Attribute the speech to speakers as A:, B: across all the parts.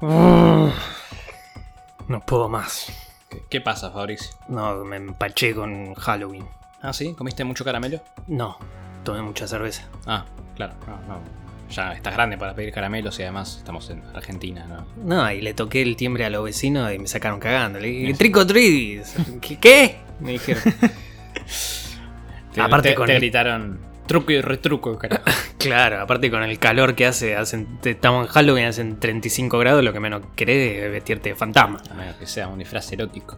A: Uf, no puedo más.
B: ¿Qué pasa, Fabricio?
A: No, me empaché con Halloween.
B: Ah, sí, ¿comiste mucho caramelo?
A: No, tomé mucha cerveza.
B: Ah, claro, no, no. Ya estás grande para pedir caramelos y además estamos en Argentina, ¿no?
A: No, y le toqué el timbre a los vecinos y me sacaron cagando. Le dije, trico tridis. ¿Qué, ¿Qué? Me dijeron.
B: Te,
A: Aparte
B: te-
A: con-
B: te gritaron truco y retruco, carajo.
A: Claro, aparte con el calor que hace, hacen, estamos en Halloween, hacen 35 grados, lo que menos querés es vestirte de fantasma.
B: A menos que sea un disfraz erótico.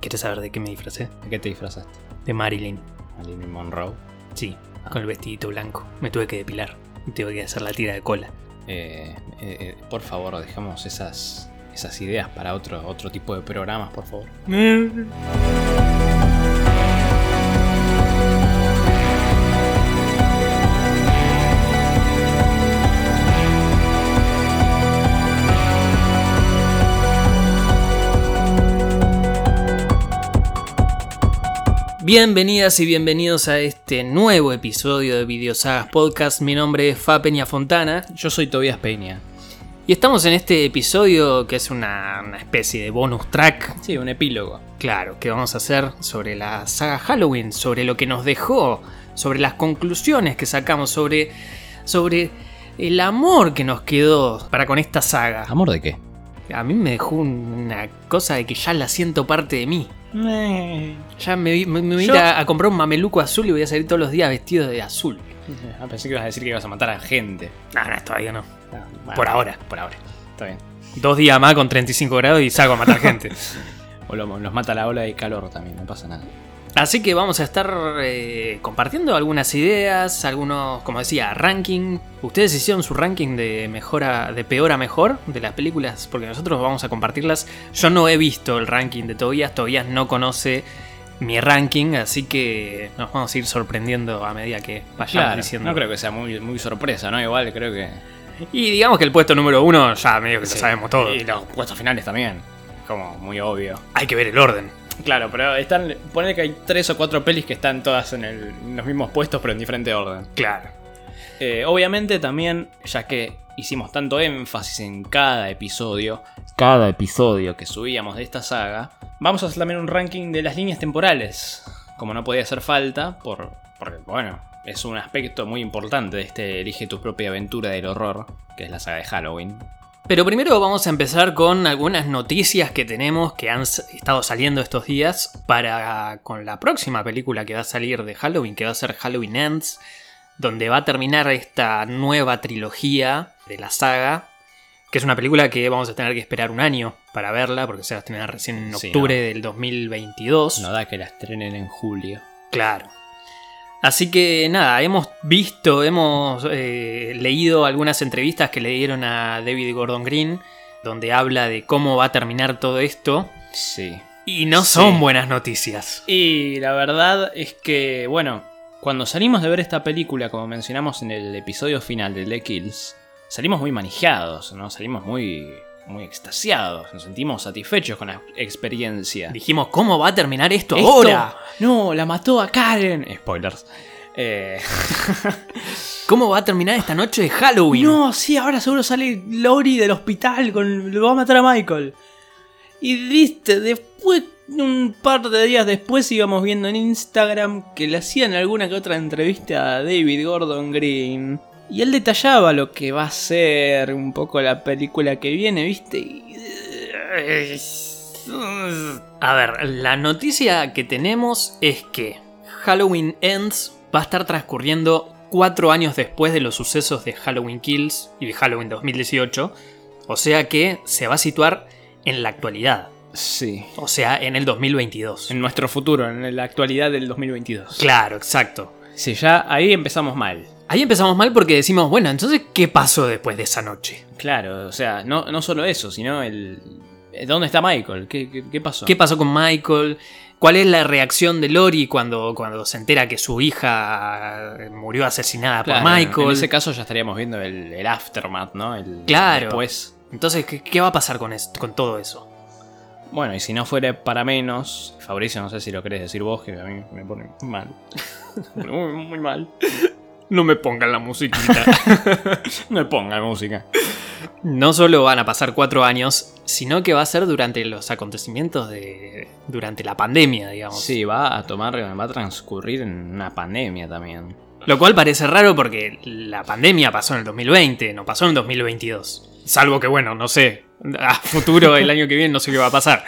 A: ¿Quieres saber de qué me disfracé?
B: ¿De qué te disfrazaste?
A: De Marilyn.
B: Marilyn Monroe.
A: Sí, con el vestidito blanco. Me tuve que depilar. Y tuve que hacer la tira de cola.
B: Eh, eh, eh, por favor, dejamos esas, esas ideas para otro, otro tipo de programas, por favor.
A: Bienvenidas y bienvenidos a este nuevo episodio de Videosagas Podcast. Mi nombre es Fa Peña Fontana.
B: Yo soy Tobias Peña.
A: Y estamos en este episodio que es una, una especie de bonus track,
B: Sí, un epílogo.
A: claro, que vamos a hacer sobre la saga Halloween, sobre lo que nos dejó, sobre las conclusiones que sacamos, sobre, sobre el amor que nos quedó para con esta saga.
B: ¿Amor de qué?
A: A mí me dejó una cosa de que ya la siento parte de mí.
B: Eh,
A: Ya me, vi- me- me voy a ir
B: Yo-
A: a, a comprar un mameluco azul y voy a salir todos los días vestido de azul.
B: Ah, pensé que ibas a decir que ibas a matar a gente.
A: No, no, todavía no.
B: Ah, bueno,
A: Por ahora.
B: Por ahora. Está bien.
A: Dos días más con 35 grados y salgo a matar gente.
B: O lo- los mata la ola de calor también, no pasa nada.
A: Así que vamos a estar eh, compartiendo algunas ideas, algunos, como decía, ranking. Ustedes hicieron su ranking de mejor a- de peor a mejor de las películas, porque nosotros vamos a compartirlas. Yo no he visto el ranking de Tobias, Tobias no conoce mi ranking, así que nos vamos a ir sorprendiendo a medida que vayamos diciendo.
B: no creo que sea muy, muy sorpresa, ¿no? Igual creo que.
A: Y digamos que el puesto número uno ya medio que
B: Sí.
A: lo sabemos todo.
B: Y los puestos finales también. Como muy obvio.
A: Hay que ver el orden.
B: Claro, pero están. Poner que hay tres o cuatro pelis que están todas en, el- en los mismos puestos, pero en diferente orden.
A: Claro.
B: Eh, obviamente también, ya que hicimos tanto énfasis en cada episodio, cada episodio que subíamos de esta saga, vamos a hacer también un ranking de las líneas temporales, como no podía hacer falta, por, porque bueno, es un aspecto muy importante de este Elige tu propia aventura del horror, que es la saga de Halloween.
A: Pero primero vamos a empezar con algunas noticias que tenemos que han s- estado saliendo estos días para con la próxima película que va a salir de Halloween, que va a ser Halloween Ends, donde va a terminar esta nueva trilogía de la saga, que es una película que vamos a tener que esperar un año para verla, porque se va a estrenar recién en
B: Sí,
A: octubre
B: no.
A: del 2022.
B: No da que la estrenen en julio.
A: Claro. Así que nada, hemos visto, hemos eh, leído algunas entrevistas que le dieron a David Gordon Green, donde habla de cómo va a terminar todo esto.
B: Sí.
A: Y no son
B: Sí.
A: buenas noticias.
B: Y la verdad es que, bueno, cuando salimos de ver esta película, como mencionamos en el episodio final de The Kills, salimos muy manejados, ¿no? Salimos muy, muy extasiados, nos sentimos satisfechos con la experiencia.
A: Dijimos, ¿cómo va a terminar esto,
B: Esto-
A: ahora?
B: No, la mató a Karen. Spoilers. Eh,
A: ¿Cómo va a terminar esta noche de Halloween?
B: No, sí, ahora seguro sale Lori del hospital con. Lo va a matar a Michael. Y viste, después, un par de días después íbamos viendo en Instagram que le hacían alguna que otra entrevista a David Gordon Green. Y él detallaba lo que va a ser un poco la película que viene, viste. Y-
A: A ver, la noticia que tenemos es que Halloween Ends va a estar transcurriendo cuatro años después de los sucesos de Halloween Kills y de Halloween 2018, o sea que se va a situar en la actualidad,
B: Sí.
A: o sea, en el 2022.
B: nuestro futuro, en la actualidad del 2022.
A: Claro, exacto.
B: Sí, ya ahí empezamos mal.
A: Ahí empezamos mal porque decimos, bueno, entonces, ¿qué pasó después de esa noche?
B: Claro, o sea, no, no solo eso, sino el. eh, ¿Dónde está Michael? ¿Qué, qué- qué pasó?
A: ¿Qué pasó con Michael? ¿Cuál es la reacción de Lori cuando, cuando se entera que su hija eh, murió asesinada
B: Claro,
A: por Michael?
B: En ese caso ya estaríamos viendo el, el aftermath, ¿no? El,
A: Claro.
B: Después.
A: Entonces, ¿qué, qué va a pasar con, esto- con todo eso?
B: Bueno, y si no fuera para menos, Fabricio, no sé si lo querés decir vos, que a mí me pone mal. Me pone muy, muy mal.
A: No me pongan la musiquita.
B: No me ponga música.
A: No solo van a pasar cuatro años, sino que va a ser durante los acontecimientos de. durante la pandemia, digamos.
B: Sí, va a tomar, va a transcurrir en una pandemia también.
A: Lo cual parece raro porque la pandemia pasó en el 2020, no pasó en el 2022. Salvo que, bueno, no sé, a futuro, el año que viene, no sé qué va a pasar.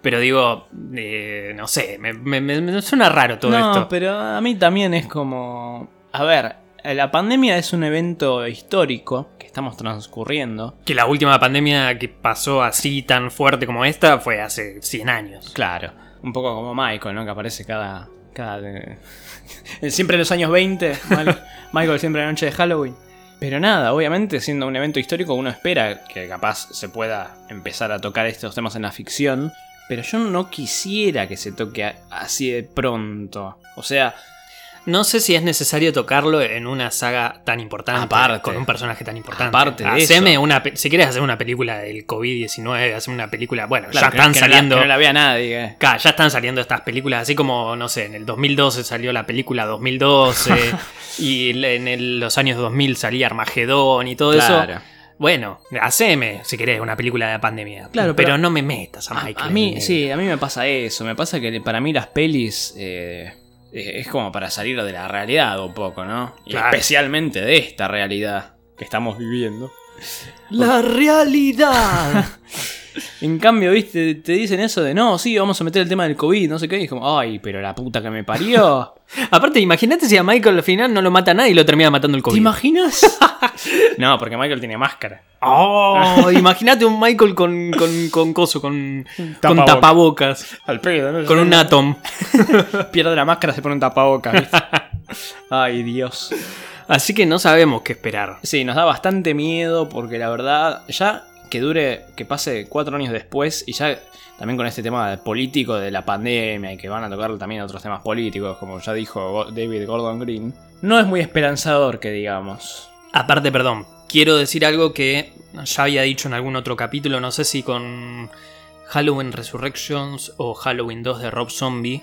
A: Pero digo, eh, no sé, me, me- me- me suena raro todo
B: no,
A: esto.
B: pero a mí también es como... A ver, la pandemia es un evento histórico que estamos transcurriendo.
A: Que la última pandemia que pasó así tan fuerte como esta fue hace 100 años.
B: Claro, un poco como Michael, ¿no? Que aparece cada... cada eh, siempre en los años 20, Michael- Michael siempre en la noche de Halloween. Pero nada, obviamente siendo un evento histórico uno espera que capaz se pueda empezar a tocar estos temas en la ficción. Pero yo no quisiera que se toque a- así de pronto. O sea,
A: No sé si es necesario tocarlo en una saga tan importante.
B: Aparte.
A: Con un personaje tan importante.
B: Aparte de
A: Haceme
B: eso.
A: una. pe- Si quieres hacer una película del COVID-19, hacer una película. Bueno,
B: claro,
A: ya
B: que-
A: están
B: que no la-
A: saliendo.
B: que no la vea nadie. eh.
A: Claro, ya están saliendo estas películas, así como, no sé, en el 2012 salió la película 2012 y en el- los años 2000 salía Armagedón y todo eso. Bueno, haceme, si querés, una película de la pandemia.
B: Claro,
A: pero,
B: pero-
A: no me metas a
B: A,
A: Michael.
B: Ah, a
A: en el
B: mí,
A: medio.
B: sí, a mí me pasa eso. Me pasa que para mí las pelis eh, eh, es como para salir de la realidad un poco, ¿no? Y
A: Claro.
B: especialmente de esta realidad que estamos viviendo.
A: La realidad.
B: En cambio, viste, te dicen eso de no, sí, vamos a meter el tema del COVID, no sé qué. Y es como, ay, pero la puta que me parió.
A: Aparte, imagínate si a Michael al final no lo mata nadie y lo termina matando el
B: ¿Te
A: COVID.
B: imaginas? no, porque Michael tiene máscara.
A: Oh, imagínate un Michael con, con, con coso, con, con
B: tapabocas.
A: tapabocas,
B: Al pedo, ¿no?
A: con un Atom.
B: Pierde la máscara, se pone un tapabocas. ¿viste? ay, Dios.
A: Así que no sabemos qué esperar.
B: Sí, nos da bastante miedo porque la verdad, ya que dure, que pase cuatro años después y ya también con este tema político de la pandemia y que van a tocar también otros temas políticos, como ya dijo Go- David Gordon Green, no es muy esperanzador que digamos.
A: Aparte, perdón, quiero decir algo que ya había dicho en algún otro capítulo, no sé si con Halloween Resurrections o Halloween 2 de Rob Zombie,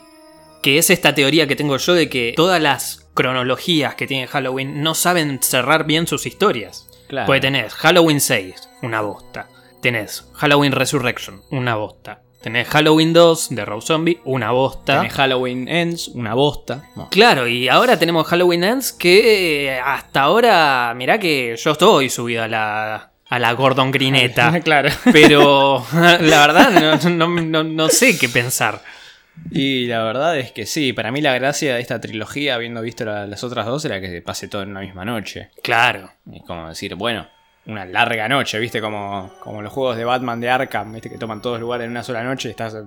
A: que es esta teoría que tengo yo de que todas las cronologías que tiene Halloween no saben cerrar bien sus historias.
B: Claro.
A: Porque tenés Halloween 6, una bosta. Tenés Halloween Resurrection, una bosta. Tenés Halloween 2 de Rob Zombie, una bosta.
B: Tenés Halloween Ends, una bosta. No.
A: Claro, y ahora tenemos Halloween Ends que eh, hasta ahora, mirá que yo estoy subido a la, a la Gordon Grineta.
B: claro.
A: Pero la verdad no, no- no- no sé qué pensar.
B: Y la verdad es que sí, para mí la gracia de esta trilogía, habiendo visto la- las otras dos, era que se pase todo en una misma noche.
A: Claro.
B: Es como decir, bueno, una larga noche, ¿viste? Como, como los juegos de Batman de Arkham, ¿viste? Que toman todos lugar en una sola noche y estás eh,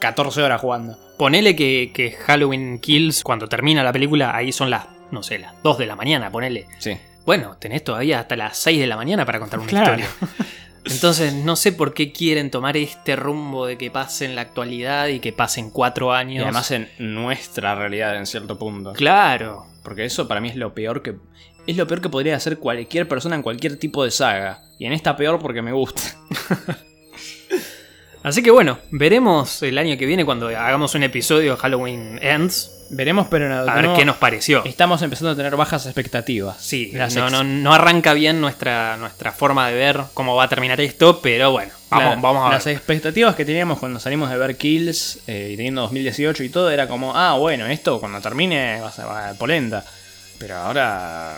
B: 14 horas jugando.
A: Ponele que, que Halloween Kills, cuando termina la película, ahí son las, no sé, las 2 de la mañana, ponele.
B: Sí.
A: Bueno, tenés todavía hasta las 6 de la mañana para contar una
B: Claro.
A: historia. Entonces, no sé por qué quieren tomar este rumbo de que pase en la actualidad y que pasen cuatro
B: Y
A: años.
B: además en nuestra realidad en cierto punto.
A: Claro.
B: Porque eso para mí es lo peor que. Es lo peor que podría hacer cualquier persona en cualquier tipo de saga. Y en esta peor porque me gusta.
A: Así que bueno, veremos el año que viene cuando hagamos un episodio de Halloween Ends.
B: Veremos, pero no,
A: A ver
B: no-
A: qué nos pareció.
B: Estamos empezando a tener bajas expectativas.
A: Sí,
B: Las
A: no,
B: ex-
A: no, no arranca bien nuestra, nuestra forma de ver cómo va a terminar esto, pero bueno, vamos,
B: Claro,
A: vamos a ver.
B: Las expectativas que teníamos cuando salimos de ver Kills eh, y teniendo 2018 y todo era como, ah, bueno, esto cuando termine va a ser va a ser polenta. Pero ahora.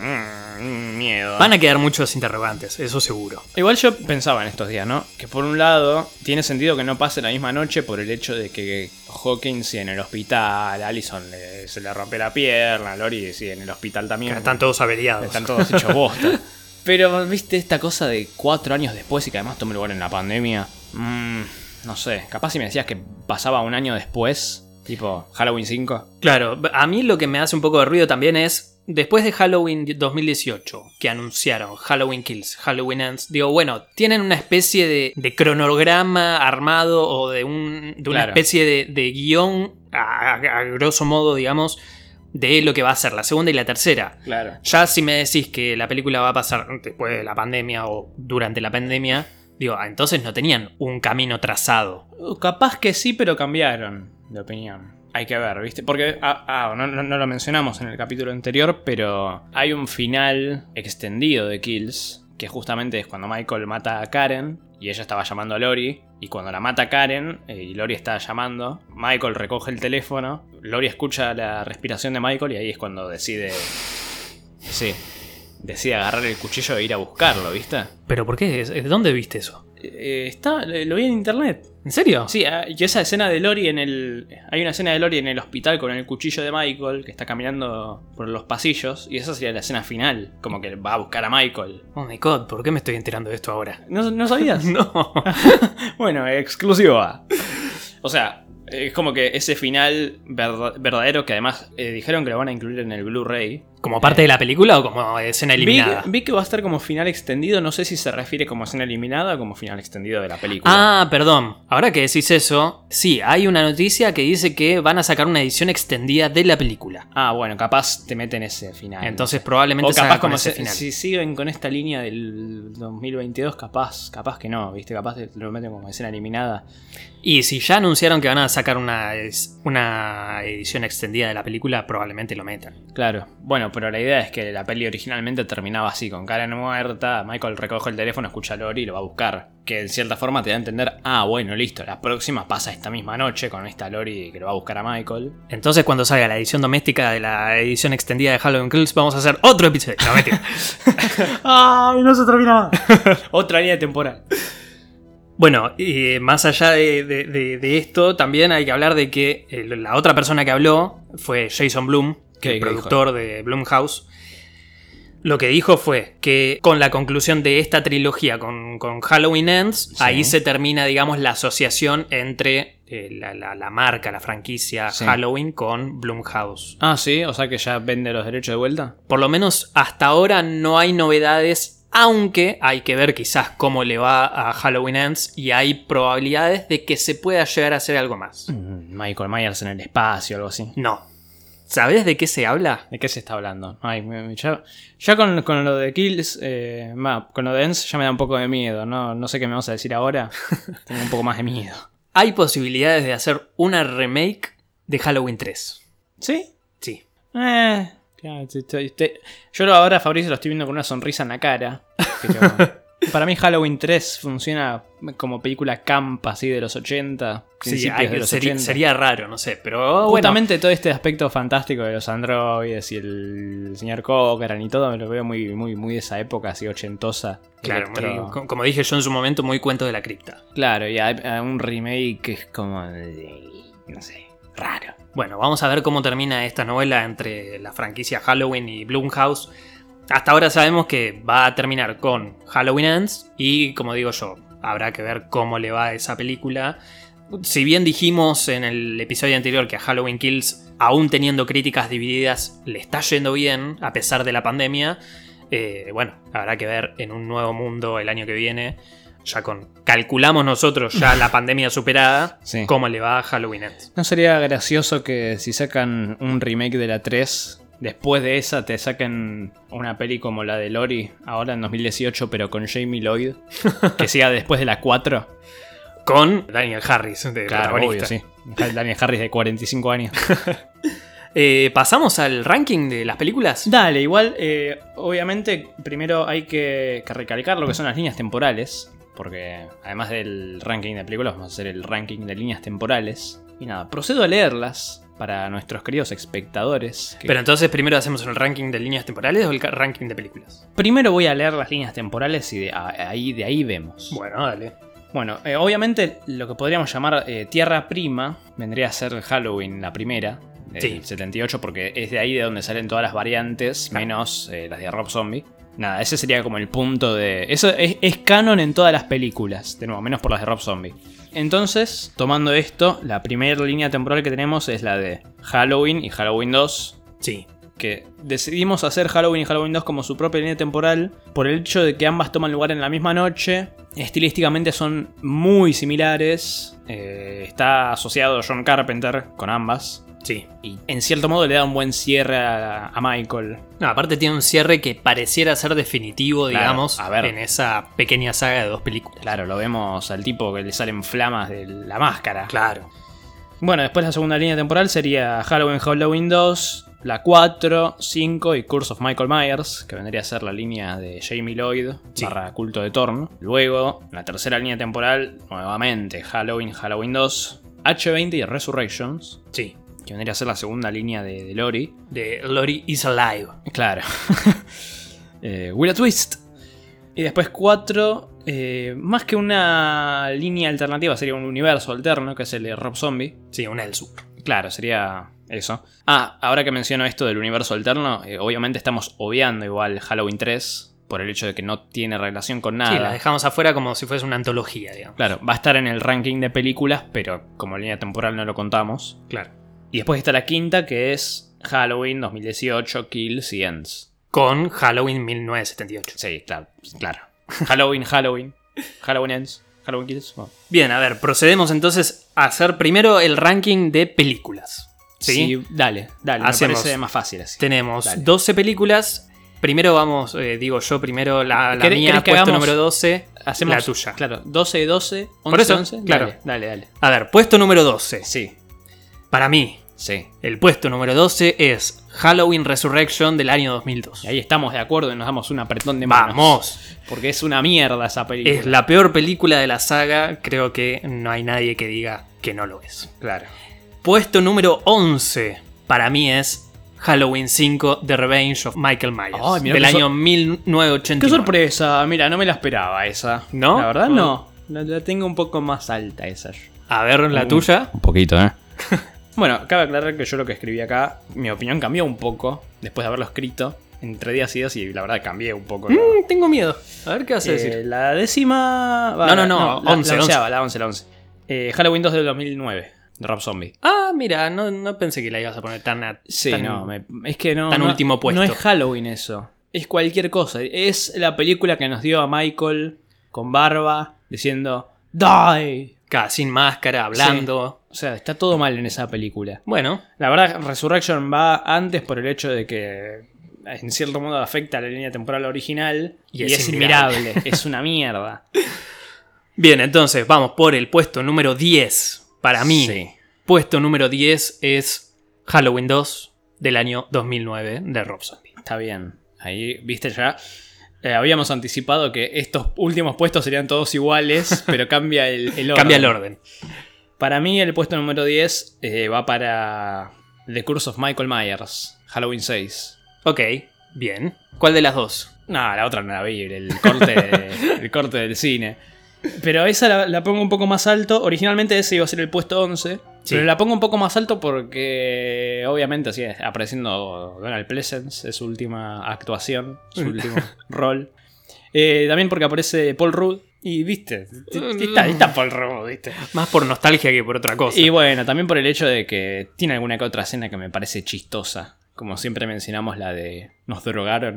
B: mm, miedo.
A: Van a quedar muchos interrogantes, eso seguro.
B: Igual yo pensaba en estos días, ¿no? Que por un lado, tiene sentido que no pase la misma noche por el hecho de que Hawkins sigue en el hospital, Allison le- se le rompe la pierna, Lori sigue en el hospital también.
A: Están todos averiados.
B: Están todos hechos bosta. Pero, viste, esta cosa de cuatro años después y que además tome lugar en la pandemia. mm, no sé, capaz si me decías que pasaba un año después, tipo Halloween 5.
A: Claro, a mí lo que me hace un poco de ruido también es, después de Halloween 2018, que anunciaron Halloween Kills, Halloween Ends, digo, bueno, tienen una especie de, de cronograma armado o de, un, de una
B: Claro.
A: especie de, de guión, a, a- a grosso modo, digamos, de lo que va a ser la segunda y la tercera.
B: Claro.
A: Ya si me decís que la película va a pasar después de la pandemia o durante la pandemia, digo, ah, entonces no tenían un camino trazado.
B: Uh, Capaz que sí, pero cambiaron de opinión. Hay que ver, ¿viste? Porque, ah, ah, no, no- no lo mencionamos en el capítulo anterior, pero hay un final extendido de Kills que justamente es cuando Michael mata a Karen y ella estaba llamando a Lori. Y cuando la mata Karen eh, y Lori está llamando, Michael recoge el teléfono, Lori escucha la respiración de Michael y ahí es cuando decide. Sí, decide agarrar el cuchillo e ir a buscarlo, ¿viste?
A: ¿Pero por qué? ¿De dónde viste eso?
B: Eh, está, lo vi en internet.
A: ¿En serio?
B: Sí, ah, y esa escena de Lori en el. Hay una escena de Lori en el hospital con el cuchillo de Michael que está caminando por los pasillos. Y esa sería la escena final. Como que va a buscar a Michael.
A: Oh my god, ¿por qué me estoy enterando de esto ahora?
B: ¿No, no sabías?
A: No.
B: bueno, exclusiva. O sea, es como que ese final verda- verdadero que además eh, dijeron que lo van a incluir en el Blu-ray.
A: ¿Como parte de la película o como escena
B: Vi,
A: eliminada?
B: vi que va a estar como final extendido. No sé si se refiere como escena eliminada o como final extendido de la película.
A: Ah, perdón. Ahora que decís eso, sí, hay una noticia que dice que van a sacar una edición extendida de la película.
B: Ah, bueno, capaz te meten ese final.
A: Entonces probablemente
B: Ah, O
A: se
B: capaz
A: haga con
B: como
A: ese
B: se-
A: final.
B: si siguen con esta línea del 2022, capaz, capaz que no, ¿viste? Capaz te lo meten como escena eliminada.
A: Y si ya anunciaron que van a sacar una, es- una edición extendida de la película, probablemente lo metan.
B: Claro. Bueno, pero la idea es que la peli originalmente terminaba así, con Karen muerta, Michael recoge el teléfono, escucha a Lori y lo va a buscar. Que en cierta forma te da a entender, ah, bueno, listo, la próxima pasa esta misma noche con esta Lori que lo va a buscar a Michael.
A: Entonces cuando salga la edición doméstica de la edición extendida de Halloween Kills, vamos a hacer otro episodio. No, mentira.
B: ¡Ay, no se termina! Otra línea temporal.
A: Bueno, y más allá de, de- de- de esto, también hay que hablar de que eh, la otra persona que habló fue Jason Bloom, que
B: ¿Qué- qué
A: el productor de Bloomhouse. Lo que dijo fue que con la conclusión de esta trilogía con, con Halloween Ends,
B: Sí.
A: ahí se termina, digamos, la asociación entre eh, la, la- la marca, la franquicia
B: Sí.
A: Halloween con Bloomhouse.
B: Ah, sí, o sea que ya vende los derechos de vuelta.
A: Por lo menos hasta ahora no hay novedades, aunque hay que ver quizás cómo le va a Halloween Ends y hay probabilidades de que se pueda llegar a hacer algo más.
B: Mm, Michael Myers en el espacio, algo así.
A: No. ¿Sabes de qué se habla?
B: ¿De qué se está hablando? Ay, me- me- ya, ya con, con lo de Kills, eh, ma, con lo de Ends ya me da un poco de miedo, ¿no? No sé qué me vas a decir ahora. Tengo un poco más de miedo.
A: Hay posibilidades de hacer una remake de Halloween 3.
B: ¿Sí?
A: Sí.
B: Eh, claro, te- te- te- yo lo- ahora a Fabricio lo estoy viendo con una sonrisa en la cara. pero para mí Halloween 3 funciona como película camp así de los 80.
A: Sí,
B: principios
A: hay-
B: de los
A: sería,
B: 80.
A: sería raro, no sé, pero Oh, bueno.
B: Justamente todo este aspecto fantástico de los androides y el señor Cochran y todo, me lo veo muy, muy, muy de esa época así ochentosa.
A: Claro, muy-
B: Electro.
A: co- como dije yo en su momento, muy cuento de la cripta.
B: claro, y hay, hay un remake que es como. de- No sé, raro.
A: Bueno, vamos a ver cómo termina esta novela entre la franquicia Halloween y Blumhouse. Hasta ahora sabemos que va a terminar con Halloween Ends y, como digo yo, habrá que ver cómo le va a esa película. Si bien dijimos en el episodio anterior que a Halloween Kills, aún teniendo críticas divididas, le está yendo bien a pesar de la pandemia, eh, bueno, habrá que ver en un nuevo mundo el año que viene, ya con, calculamos nosotros ya la pandemia superada,
B: Sí.
A: cómo le va a Halloween Ends.
B: ¿No sería gracioso que si sacan un remake de la 3, después de esa te saquen una peli como la de Lori, ahora en 2018, pero con Jamie Lloyd, que siga después de la 4?
A: con Daniel Harris de protagonista.
B: obvio, sí. Daniel Harris de 45 años.
A: Eh, Pasamos al ranking de las películas.
B: Dale, igual, eh, obviamente, primero hay que, que recalcar lo que son las líneas temporales. Porque además del ranking de películas, vamos a hacer el ranking de líneas temporales. Y nada, procedo a leerlas para nuestros queridos espectadores. que-
A: Pero entonces primero hacemos el ranking de líneas temporales o el ca- ranking de películas.
B: primero voy a leer las líneas temporales y de a- ahí, de ahí vemos.
A: Bueno, dale.
B: Bueno, eh, obviamente lo que podríamos llamar eh, Tierra Prima vendría a ser Halloween, la primera, del
A: Sí.
B: 78, porque es de ahí de donde salen todas las variantes, menos eh, las de Rob Zombie. Nada, ese sería como el punto de... Eso es, es canon en todas las películas, de nuevo, menos por las de Rob Zombie. Entonces, tomando esto, la primera línea temporal que tenemos es la de Halloween y Halloween 2,
A: Sí.
B: que decidimos hacer Halloween y Halloween 2 como su propia línea temporal por el hecho de que ambas toman lugar en la misma noche. Estilísticamente son muy similares. Eh, está asociado John Carpenter con ambas.
A: Sí.
B: Y en cierto modo le da un buen cierre a, a Michael.
A: No, aparte tiene un cierre que pareciera ser definitivo,
B: Claro,
A: digamos,
B: a ver.
A: en esa pequeña saga de dos películas.
B: Claro, lo vemos al tipo que le salen flamas de la máscara.
A: Claro.
B: Bueno, después la segunda línea temporal sería Halloween Halloween 2, La 4, 5 y Curse of Michael Myers, que vendría a ser la línea de Jamie Lloyd
A: Sí.
B: barra Culto de Torno. Luego, la tercera línea temporal, nuevamente Halloween, Halloween 2, H20 y Resurrections,
A: Sí.
B: que vendría a ser la segunda línea de, de Lori.
A: De Lori is Alive.
B: Claro. eh, Will Twist. Y después 4, más que una línea alternativa, sería un universo alterno, que es el de Rob Zombie.
A: Sí, una del sur.
B: Claro, sería eso. Ah, ahora que menciono esto del universo alterno, eh, obviamente estamos obviando igual Halloween 3 por el hecho de que no tiene relación con
A: Sí, la
B: nada.
A: dejamos afuera como si fuese una antología, digamos.
B: claro, va a estar en el ranking de películas, pero como línea temporal no lo contamos.
A: Claro.
B: Y después está la quinta que es Halloween 2018 Kills y Ends.
A: Con Halloween 1978.
B: Sí, claro, claro. Halloween, Halloween, Halloween Ends, Halloween Kills. bueno.
A: Bien, a ver, procedemos entonces a hacer primero el ranking de películas. ¿Sí?
B: dale, dale,
A: Hacemos.
B: me parece más fácil así.
A: Tenemos
B: Dale.
A: 12 películas. Primero vamos, eh, digo yo primero, la, la
B: ¿Querés-
A: mía,
B: querés que
A: puesto
B: hagamos-
A: número 12,
B: Hacemos
A: la tuya.
B: Claro, 12 de 12, 11
A: Por eso,
B: 11.
A: claro.
B: Dale, dale, dale.
A: A ver, puesto número 12.
B: Sí,
A: Para mí,
B: sí.
A: el puesto número 12 es Halloween Resurrection del año 2002.
B: Y ahí estamos de acuerdo y nos damos un apretón de manos.
A: Vamos,
B: Porque es una mierda esa película.
A: es la peor película de la saga, creo que no hay nadie que diga que no lo es.
B: Claro.
A: Puesto número 11 para mí es Halloween 5 The Revenge of Michael Myers
B: Ay, mirá
A: del
B: qué sor-
A: año 1989.
B: Qué sorpresa. Mira, no me la esperaba esa.
A: ¿No?
B: La verdad,
A: Mm.
B: no. La, la tengo un poco más alta esa.
A: A ver, la
B: Uh.
A: tuya.
B: Un poquito, ¿eh? bueno, cabe aclarar que yo lo que escribí acá, mi opinión cambió un poco después de haberlo escrito. Entre días y días, y la verdad cambié un poco. la-
A: Mm, tengo miedo. A ver qué vas a
B: Eh,
A: decir.
B: La décima. va,
A: No, no,
B: la-
A: no,
B: la-
A: once,
B: la
A: once.
B: onceava, la once, la once. Eh, Halloween 2 del 2009, de Rob Zombie.
A: Ah, mira, no, no pensé que la ibas a poner tan... a-
B: Sí,
A: tan-
B: no, me- es que no.
A: tan
B: no-
A: último puesto.
B: No es Halloween eso. Es cualquier cosa. Es la película que nos dio a Michael con barba diciendo ¡Die!
A: Ca- sin máscara, hablando.
B: O sea, está todo mal en esa película.
A: Bueno,
B: La verdad, Resurrection va antes por el hecho de que en cierto modo afecta a la línea temporal original
A: Y
B: y,
A: es
B: es,
A: inmirable.
B: inmirable. es una mierda.
A: bien, entonces vamos por el puesto número 10. Para mí,
B: Sí.
A: puesto número 10 es Halloween 2 del año 2009 de Rob Zombie.
B: Está bien. Ahí, viste ya. eh, habíamos anticipado que estos últimos puestos serían todos iguales, pero cambia el, orden.
A: Cambia el orden.
B: Para mí, el puesto número 10 eh, va para The Curse of Michael Myers, Halloween 6.
A: Ok, bien. ¿Cuál de las dos?
B: No, la otra no la vi, el corte, el corte del cine. Pero esa la, la pongo un poco más alto. Originalmente ese iba a ser el puesto 11.
A: Sí.
B: Pero la pongo un poco más alto porque, obviamente, así es, apareciendo Donald Pleasence, es su última actuación, su último rol. Eh, también porque aparece Paul Rudd. Y viste, está, está Paul Rudd, viste.
A: Más por nostalgia que por otra cosa.
B: Y bueno, también por el hecho de que tiene alguna que otra escena que me parece chistosa. Como siempre mencionamos la de nos drogaron.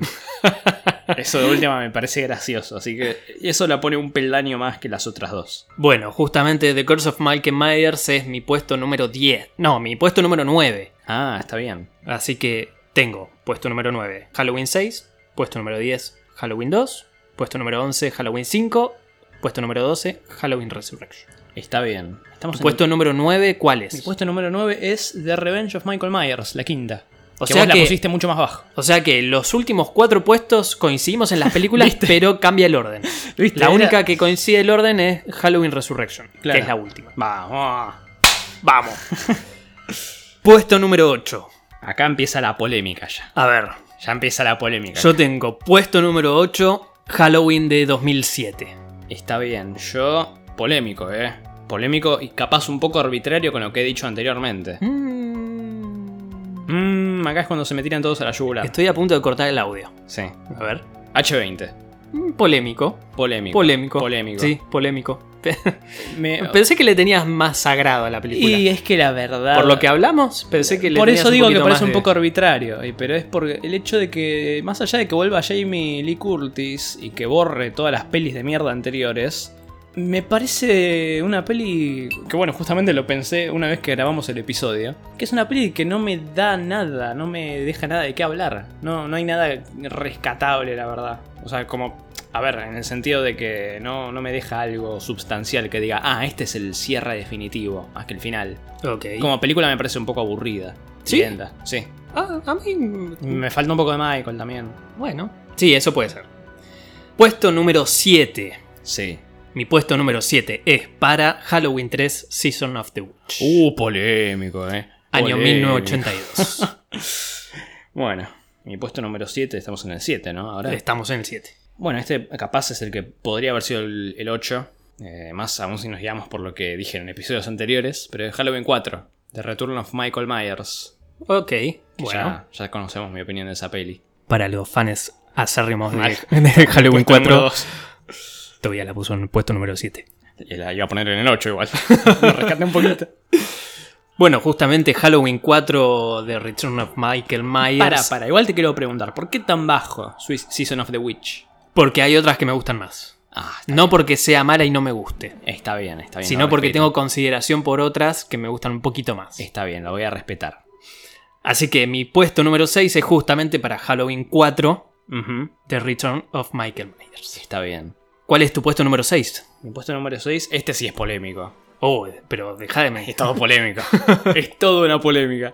B: eso de última me parece gracioso. Así que eso la pone un peldaño más que las otras dos.
A: Bueno, justamente The Curse of Michael Myers es mi puesto número 10. No, mi puesto número 9.
B: Ah, está bien.
A: Así que tengo puesto número 9 Halloween 6, puesto número 10 Halloween 2, puesto número 11 Halloween 5, puesto número 12 Halloween Resurrection.
B: Está bien. Estamos en
A: Puesto número 9, ¿cuál
B: el- mi
A: es?
B: puesto número 9 es The Revenge of Michael Myers, la quinta.
A: O
B: que
A: sea
B: vos
A: que-
B: la pusiste mucho más bajo.
A: O sea que los últimos cuatro puestos coincidimos en las películas, pero cambia el orden.
B: ¿Viste?
A: La
B: Era-
A: única que coincide el orden es Halloween Resurrection,
B: Claro.
A: que es la última.
B: Vamos.
A: Vamos. puesto número 8.
B: Acá empieza la polémica ya.
A: A ver,
B: Ya empieza la polémica.
A: Yo tengo puesto número 8, Halloween de 2007.
B: Está bien, yo polémico, ¿eh? Polémico y capaz un poco arbitrario con lo que he dicho anteriormente. Mmm, acá es cuando se me tiran todos a la yugular.
A: Estoy a punto de cortar el audio.
B: Sí.
A: A ver.
B: H20.
A: Mm, Polémico.
B: Polémico.
A: Polémico.
B: Polémico.
A: Sí, polémico.
B: Me-
A: pensé que le tenías más sagrado a la película.
B: Y es que la verdad.
A: Por lo que hablamos, pensé que le
B: Por
A: tenías
B: eso digo que
A: poquito
B: parece
A: más
B: un
A: de-
B: poco arbitrario, y- pero es por el hecho de que, más allá de que vuelva Jamie Lee Curtis y que borre todas las pelis de mierda anteriores, me parece una peli que, bueno, justamente lo pensé una vez que grabamos el episodio, que es una peli que no me da nada, no me deja nada de qué hablar, no, no hay nada rescatable, la verdad. O sea, como, a ver, en el sentido de que no, no me deja algo substancial que diga, ah, este es el cierre definitivo, aquel final.
A: Ok.
B: Como película me parece un poco aburrida.
A: ¿Sí?
B: Lenta, sí.
A: Ah, a mí. mm,
B: Me falta un poco de Michael también.
A: Bueno. Sí, eso puede ser. Puesto número 7.
B: Sí.
A: Mi puesto número 7 es para Halloween 3 Season of the Witch.
B: Uh, polémico, eh.
A: año
B: Polémico.
A: 1982.
B: Bueno, mi puesto número 7, estamos en el 7, ¿no? Ahora.
A: Estamos en el 7.
B: Bueno, este capaz es el que podría haber sido el 8. más aún si nos guiamos por lo que dije en episodios anteriores. Pero es Halloween 4, The Return of Michael Myers.
A: Ok.
B: que
A: Bueno.
B: ya, ya conocemos mi opinión de esa peli.
A: Para los fans acérrimos de,
B: Mal.
A: de Halloween
B: Puesto
A: 4,
B: número dos.
A: todavía la puso en el puesto número 7.
B: Y la iba a poner en el 8 igual. Lo rescaté un poquito.
A: Bueno, justamente Halloween 4 de Return of Michael Myers.
B: Para, para, igual te quiero preguntar, ¿por qué tan bajo Swiss Season of the Witch?
A: Porque hay otras que me gustan más.
B: Ah, está,
A: No porque sea mala y no me guste,
B: está bien, está bien.
A: sino
B: lo
A: porque
B: respeto.
A: tengo consideración por otras que me gustan un poquito más.
B: Está bien, lo voy a respetar.
A: Así que mi puesto número 6 es justamente para Halloween 4
B: Ujú,
A: The Return of Michael Myers.
B: Está bien.
A: ¿Cuál es tu puesto número 6?
B: Mi puesto número 6, este sí es polémico.
A: Oh, pero deja de mentir.
B: Es todo polémico. es todo una polémica.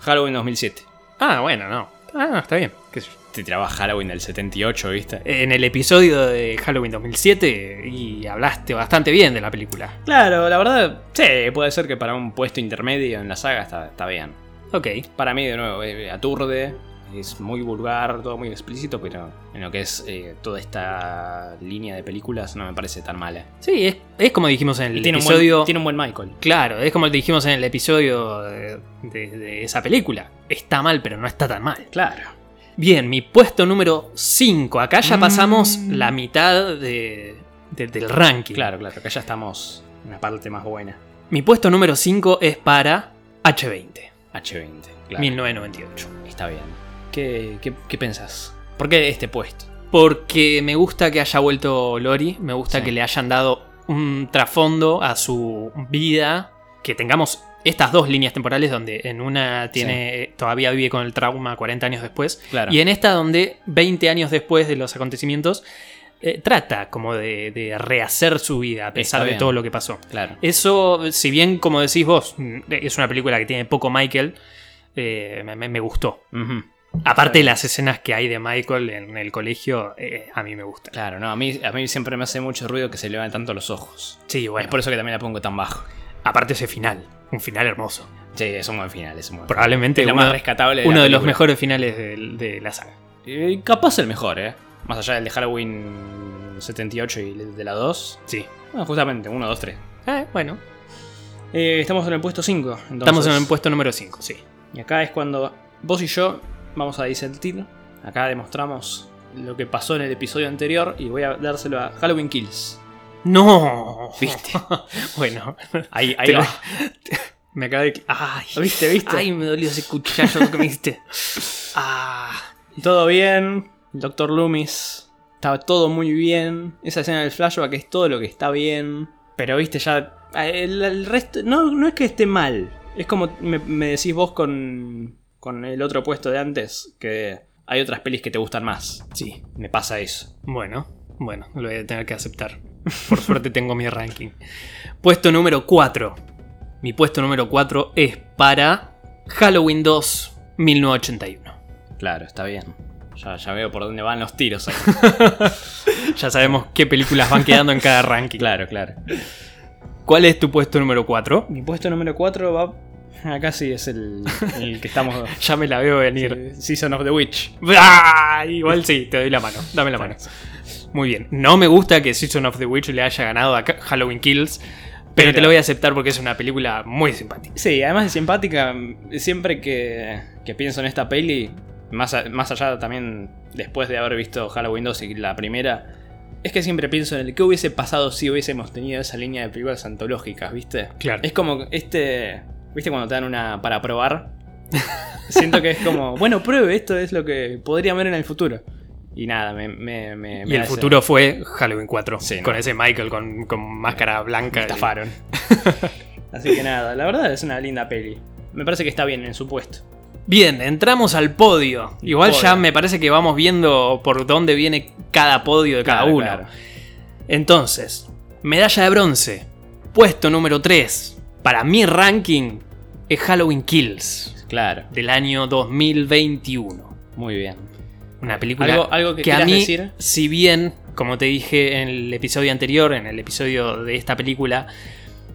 B: Halloween 2007.
A: Ah, bueno, no. Ah, está bien. qué sé yo.
B: Te tiraba Halloween del 78, ¿viste?
A: En el episodio de Halloween 2007 y hablaste bastante bien de la película.
B: Claro, la verdad, sí, puede ser que para un puesto intermedio en la saga está, está bien.
A: Ok.
B: Para mí, de nuevo, eh, aturde, es muy vulgar, todo muy explícito, pero en lo que es eh, toda esta línea de películas no me parece tan mala.
A: Sí, es, es como dijimos en
B: Y
A: el
B: tiene, un
A: episodio...
B: buen, tiene un buen Michael.
A: Claro, es como dijimos en el episodio de, de- de esa película. Está mal, pero no está tan mal.
B: Claro.
A: Bien, mi puesto número 5. Acá ya
B: Mm.
A: pasamos la mitad de- de- del ranking.
B: Claro, claro, acá ya estamos en una parte más buena.
A: Mi puesto número 5 es para H20,
B: H20, claro.
A: 1998.
B: Está bien. ¿Qué, qué, qué pensás? ¿Por qué este puesto?
A: Porque me gusta que haya vuelto Lori, me gusta
B: Sí.
A: que le hayan dado un trasfondo a su vida, que tengamos estas dos líneas temporales donde en una tiene eh, todavía vive con el trauma 40 años después
B: Claro.
A: y en esta donde 20 años después de los acontecimientos eh, trata como de, de rehacer su vida a pesar
B: Está
A: de
B: bien.
A: todo lo que pasó.
B: Claro.
A: Eso, si bien como decís vos, mm, es una película que tiene poco Michael, eh, me- me- me gustó.
B: Ujú.
A: Aparte de las escenas que hay de Michael en el colegio, eh, a mí me gusta.
B: Claro, no, a mí, a mí siempre me hace mucho ruido que se le vean tanto los ojos.
A: Sí,
B: Es
A: bueno.
B: por eso que también la pongo tan bajo.
A: Aparte ese final, un final hermoso.
B: Sí, es un buen final, es un buen final.
A: Probablemente
B: Es lo
A: uno,
B: más rescatable de
A: uno
B: la
A: de los
B: película.
A: mejores finales del- de, la saga.
B: Eh, capaz el mejor, ¿eh? Más allá del de Halloween 78 y el de la 2.
A: Sí.
B: Bueno, justamente, 1, 2, 3.
A: Eh, bueno,
B: Eh, estamos en el puesto 5.
A: estamos en el puesto número 5, sí.
B: Y acá es cuando vos y yo vamos a disentir. Acá demostramos lo que pasó en el episodio anterior y voy a dárselo a Halloween Kills.
A: No.
B: ¿Viste?
A: bueno,
B: Ahí, ahí
A: Te
B: va.
A: me acabo de... Ay,
B: ¿Viste, viste?
A: ay, me dolió ese cuchazo que me diste. Ah,
B: Todo bien. Doctor Loomis. Estaba todo muy bien. Esa escena del flashback es todo lo que está bien. Pero viste, ya. eh, El, el resto. No, no es que esté mal. Es como me, me decís vos con. con el otro puesto de antes. Que hay otras pelis que te gustan más.
A: sí.
B: Me pasa eso.
A: Bueno, bueno, lo voy a tener que aceptar. Por suerte tengo mi ranking. Puesto número 4. Mi puesto número 4 es para Halloween 2 1981.
B: Claro, está bien. Ya, ya veo por dónde van los tiros ahí.
A: Ya sabemos qué películas van quedando en cada ranking.
B: claro, claro.
A: ¿Cuál es tu puesto número 4?
B: Mi puesto número 4 va. Acá sí es el, el que estamos.
A: Ya me la veo venir.
B: Season of the Witch.
A: ¡Ah! Igual sí, te doy la mano. Dame la mano. Muy bien. No me gusta que Season of the Witch le haya ganado a Ca- Halloween Kills, pero,
B: Pero-
A: te lo voy a aceptar porque es una película muy simpática.
B: Sí, además de simpática, mm, siempre que, que pienso en esta peli, más, a- más allá también después de haber visto Halloween 2 y la primera, es que siempre pienso en el que hubiese pasado si hubiésemos tenido esa línea de películas antológicas, ¿viste?
A: Claro.
B: Es como este. ¿Viste cuando te dan una para probar? Siento que es como, bueno, pruebe, esto es lo que podría ver en el futuro. Y nada, me. me, me-
A: Y
B: me
A: el
B: hace-
A: futuro fue Halloween 4,
B: Sí, ¿no?
A: con ese Michael con, con máscara blanca. y-
B: Estafaron. Así que nada, la verdad es una linda peli. Me parece que está bien en su puesto.
A: Bien, entramos al podio. Igual
B: Podio.
A: ya me parece que vamos viendo por dónde viene cada podio de cada
B: Claro,
A: uno.
B: claro.
A: Entonces, medalla de bronce, puesto número 3. Para mi ranking, es Halloween Kills
B: Claro,
A: del año 2021.
B: muy bien.
A: Una película
B: ¿Algo- algo que
A: a
B: quieras
A: mí,
B: decir?
A: si bien, como te dije en el episodio anterior, en el episodio de esta película,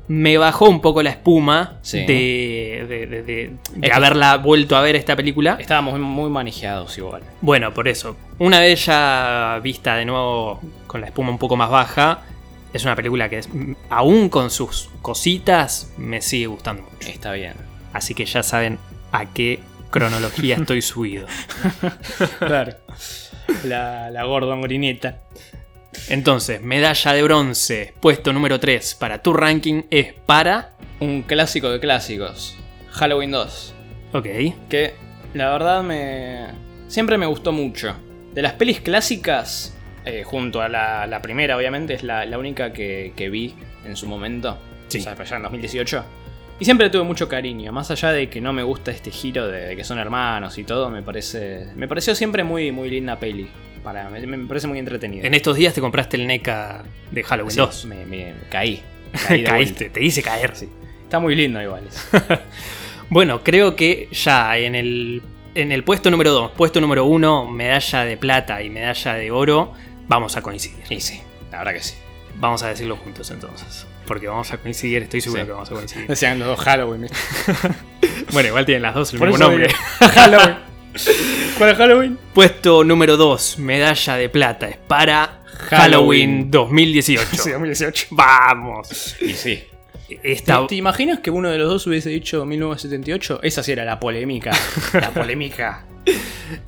A: me bajó un poco la espuma
B: Sí.
A: de, de- de- de- de
B: que-
A: haberla vuelto a ver esta película.
B: Estábamos muy manejados igual.
A: Bueno, por eso. Una vez ya vista de nuevo con la espuma un poco más baja, es una película que es- aún con sus cositas me sigue gustando mucho.
B: Está bien.
A: Así que ya saben a qué cronología estoy subido.
B: Claro. La, la Gordon Grineta.
A: Entonces, medalla de bronce, puesto número 3 para tu ranking es para...
B: Un clásico de clásicos. Halloween 2.
A: Ok.
B: que la verdad me siempre me gustó mucho. De las pelis clásicas, eh, junto a la, la primera, obviamente, es la, la única que, que vi en su momento,
A: Sí.
B: o sea, allá en 2018. Y siempre le tuve mucho cariño, más allá de que no me gusta este giro de, de que son hermanos y todo, me parece me pareció siempre muy, muy linda peli. Para, me, me parece muy entretenida.
A: En estos días te compraste el NECA de Halloween
B: Sí,
A: 2.
B: Me, me caí. caí de
A: Caíste, te hice caer.
B: vuelta. Sí. Está muy lindo igual.
A: Bueno, creo que ya en el, en el puesto número 2, puesto número 1, medalla de plata y medalla de oro, vamos a coincidir.
B: y sí, la verdad que sí.
A: Vamos a decirlo juntos entonces. Porque vamos a coincidir, estoy seguro
B: Sí.
A: que vamos a coincidir.
B: Decían los dos Halloween.
A: bueno, igual tienen las dos el
B: Por
A: mismo
B: eso
A: nombre.
B: digo, Halloween. ¿Cuál es Halloween?
A: Puesto número 2, medalla de plata, es para Halloween,
B: Halloween
A: 2018.
B: 2018.
A: Vamos.
B: Y sí.
A: Esta,
B: ¿Te imaginas que uno de los dos hubiese dicho 1978? Esa sí era la polémica. La polémica.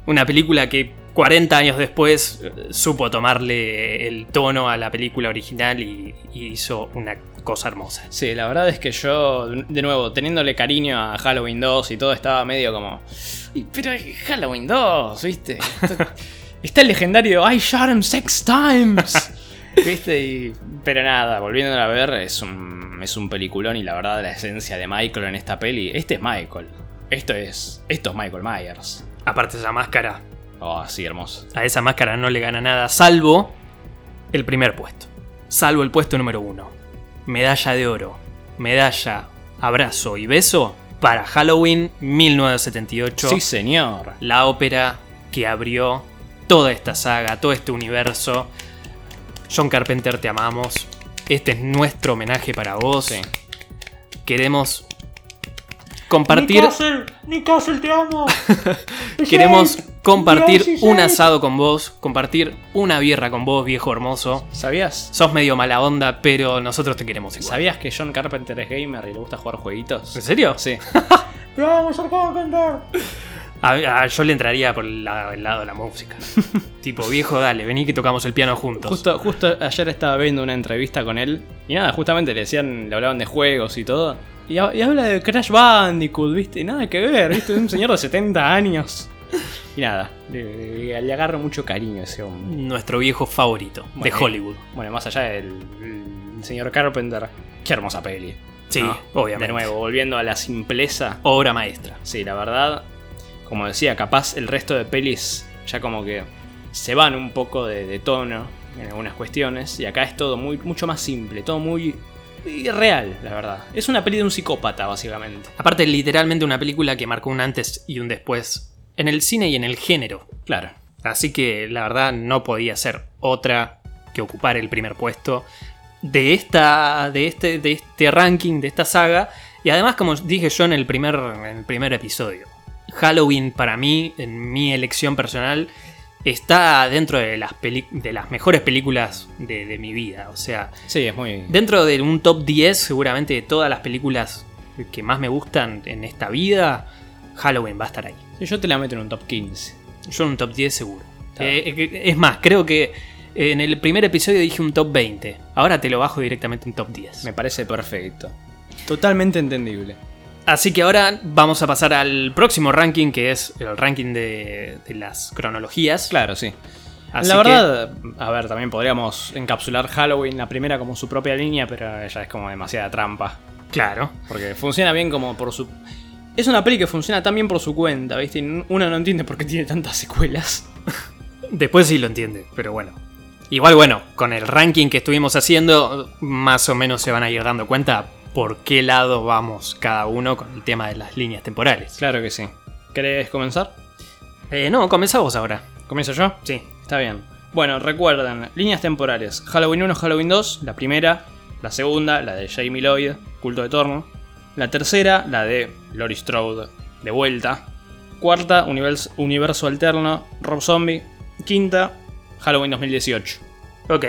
A: una película que 40 años después eh, supo tomarle el tono a la película original y, y hizo una cosa hermosa.
B: Sí, la verdad es que yo, de nuevo, teniéndole cariño a Halloween 2 y todo, estaba medio como. "Y, Pero es Halloween 2, ¿viste? Está- Está el legendario I shot him six times. ¿Viste? Y- pero nada, volviéndola a ver, es un, es un peliculón y la verdad la esencia de Michael en esta peli. Este es Michael. Esto es. Esto es Michael Myers.
A: Aparte esa máscara,
B: Oh, sí, hermoso.
A: a esa máscara no le gana nada, salvo el primer puesto. Salvo el puesto número uno. Medalla de oro, medalla, abrazo y beso para Halloween 1978.
B: Sí, señor.
A: la ópera que abrió toda esta saga, todo este universo. John Carpenter, te amamos. Este es nuestro homenaje para vos.
B: Sí.
A: Queremos compartir.
B: te amo.
A: Queremos compartir
B: Dios,
A: un
B: Giselle.
A: asado con vos, compartir una birra con vos, viejo hermoso.
B: ¿Sabías?
A: Sos medio mala onda, pero nosotros te queremos igual.
B: ¿Sabías que John Carpenter es gamer y le gusta jugar jueguitos?
A: ¿En serio?
B: Sí.
A: A- a- yo le entraría por el lado, el lado de la música. tipo, viejo, dale, vení que tocamos el piano juntos.
B: Justo, justo ayer estaba viendo una entrevista con él y nada, justamente le decían, le hablaban de juegos y todo. Y, ha- y habla de Crash Bandicoot, ¿viste? Nada que ver, ¿viste? Es un señor de 70 años. Y nada, le, le- le agarro mucho cariño a ese hombre.
A: Nuestro viejo favorito de
B: Bueno,
A: Hollywood.
B: Bueno, más allá del el señor Carpenter, qué hermosa peli.
A: Sí,
B: ¿no?
A: obviamente.
B: De nuevo, volviendo a la simpleza.
A: Obra maestra.
B: Sí, la verdad, como decía, capaz el resto de pelis ya como que se van un poco de, de tono en algunas cuestiones. Y acá es todo muy, mucho más simple, todo muy, muy real, la verdad. Es una peli de un psicópata, básicamente.
A: Aparte, literalmente una película que marcó un antes y un después en el cine y en el género.
B: Claro.
A: Así que la verdad no podía ser otra que ocupar el primer puesto de esta. de este. de este ranking, de esta saga. Y además, como dije yo en el primer. en el primer episodio. Halloween para mí, en mi elección personal, está dentro de las, peli- de las mejores películas de- de mi vida. O sea,
B: Sí, es muy...
A: Dentro de un top 10, seguramente de todas las películas que más me gustan en esta vida, Halloween va a estar ahí.
B: Sí, Yo te la meto en un top 15.
A: Yo en un top 10 seguro.
B: Está.
A: Eh, eh, es más, creo que en el primer episodio dije un top 20. Ahora te lo bajo directamente un top 10.
B: Me parece perfecto. Totalmente entendible.
A: Así que ahora vamos a pasar al próximo ranking, que es el ranking de, de las cronologías.
B: Claro, sí.
A: Así
B: la
A: que-
B: verdad, a ver, también podríamos encapsular Halloween, la primera, como su propia línea, pero ya es como demasiada trampa.
A: claro.
B: Porque funciona bien como por su. Es una peli que funciona tan bien por su cuenta, ¿viste? Y n- Uno no entiende por qué tiene tantas secuelas.
A: Después sí lo entiende, pero bueno. Igual bueno, con el ranking que estuvimos haciendo, más o menos se van a ir dando cuenta por qué lado vamos cada uno con el tema de las líneas temporales.
B: Claro que sí. ¿Querés comenzar?
A: Eh, no, comenzá vos ahora.
B: ¿Comienzo yo?
A: Sí.
B: Está bien. Bueno, recuerden, líneas temporales. Halloween 1, Halloween 2, la primera, la segunda, la de Jamie Lloyd, culto de torno. La tercera, la de Lori Strode, de vuelta. Cuarta, univers- universo alterno, Rob Zombie. Quinta, Halloween 2018.
A: Ok,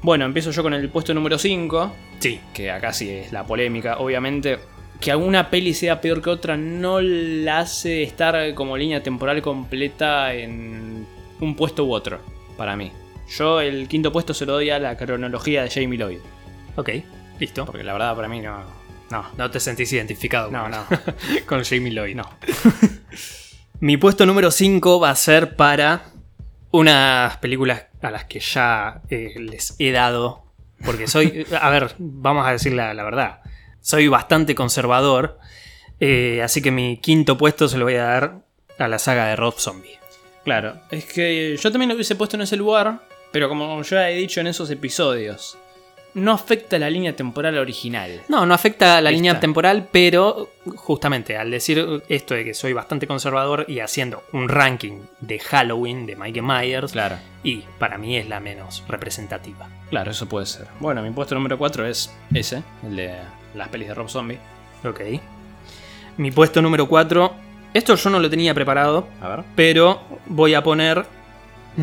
B: Bueno, empiezo yo con el puesto número 5,
A: sí.
B: que acá sí es la polémica, obviamente. Que alguna peli sea peor que otra no la hace estar como línea temporal completa en un puesto u otro, para mí. Yo el quinto puesto se lo doy a la cronología de Jamie Lloyd,
A: Ok, listo.
B: porque la verdad para mí no... No,
A: No te sentís identificado
B: no,
A: con,
B: no,
A: con Jamie Lloyd.
B: no.
A: Mi puesto número 5 va a ser para unas películas a las que ya eh, les he dado. Porque soy, a ver, vamos a decir la, la verdad. Soy bastante conservador. eh, así que mi quinto puesto se lo voy a dar a la saga de Rob Zombie.
B: Claro, es que yo también lo hubiese puesto en ese lugar, pero como ya he dicho en esos episodios, no afecta la línea temporal original.
A: No, no afecta a la
B: Ahí
A: línea
B: está.
A: temporal, pero justamente al decir esto de que soy bastante conservador y haciendo un ranking de Halloween de Mike Myers,
B: Claro.
A: y para mí es la menos representativa.
B: Claro, eso puede ser. Bueno, mi puesto número 4 es ese, el de las pelis de Rob Zombie.
A: Ok. Mi puesto número 4. Esto yo no lo tenía preparado,
B: A ver.
A: pero voy a poner.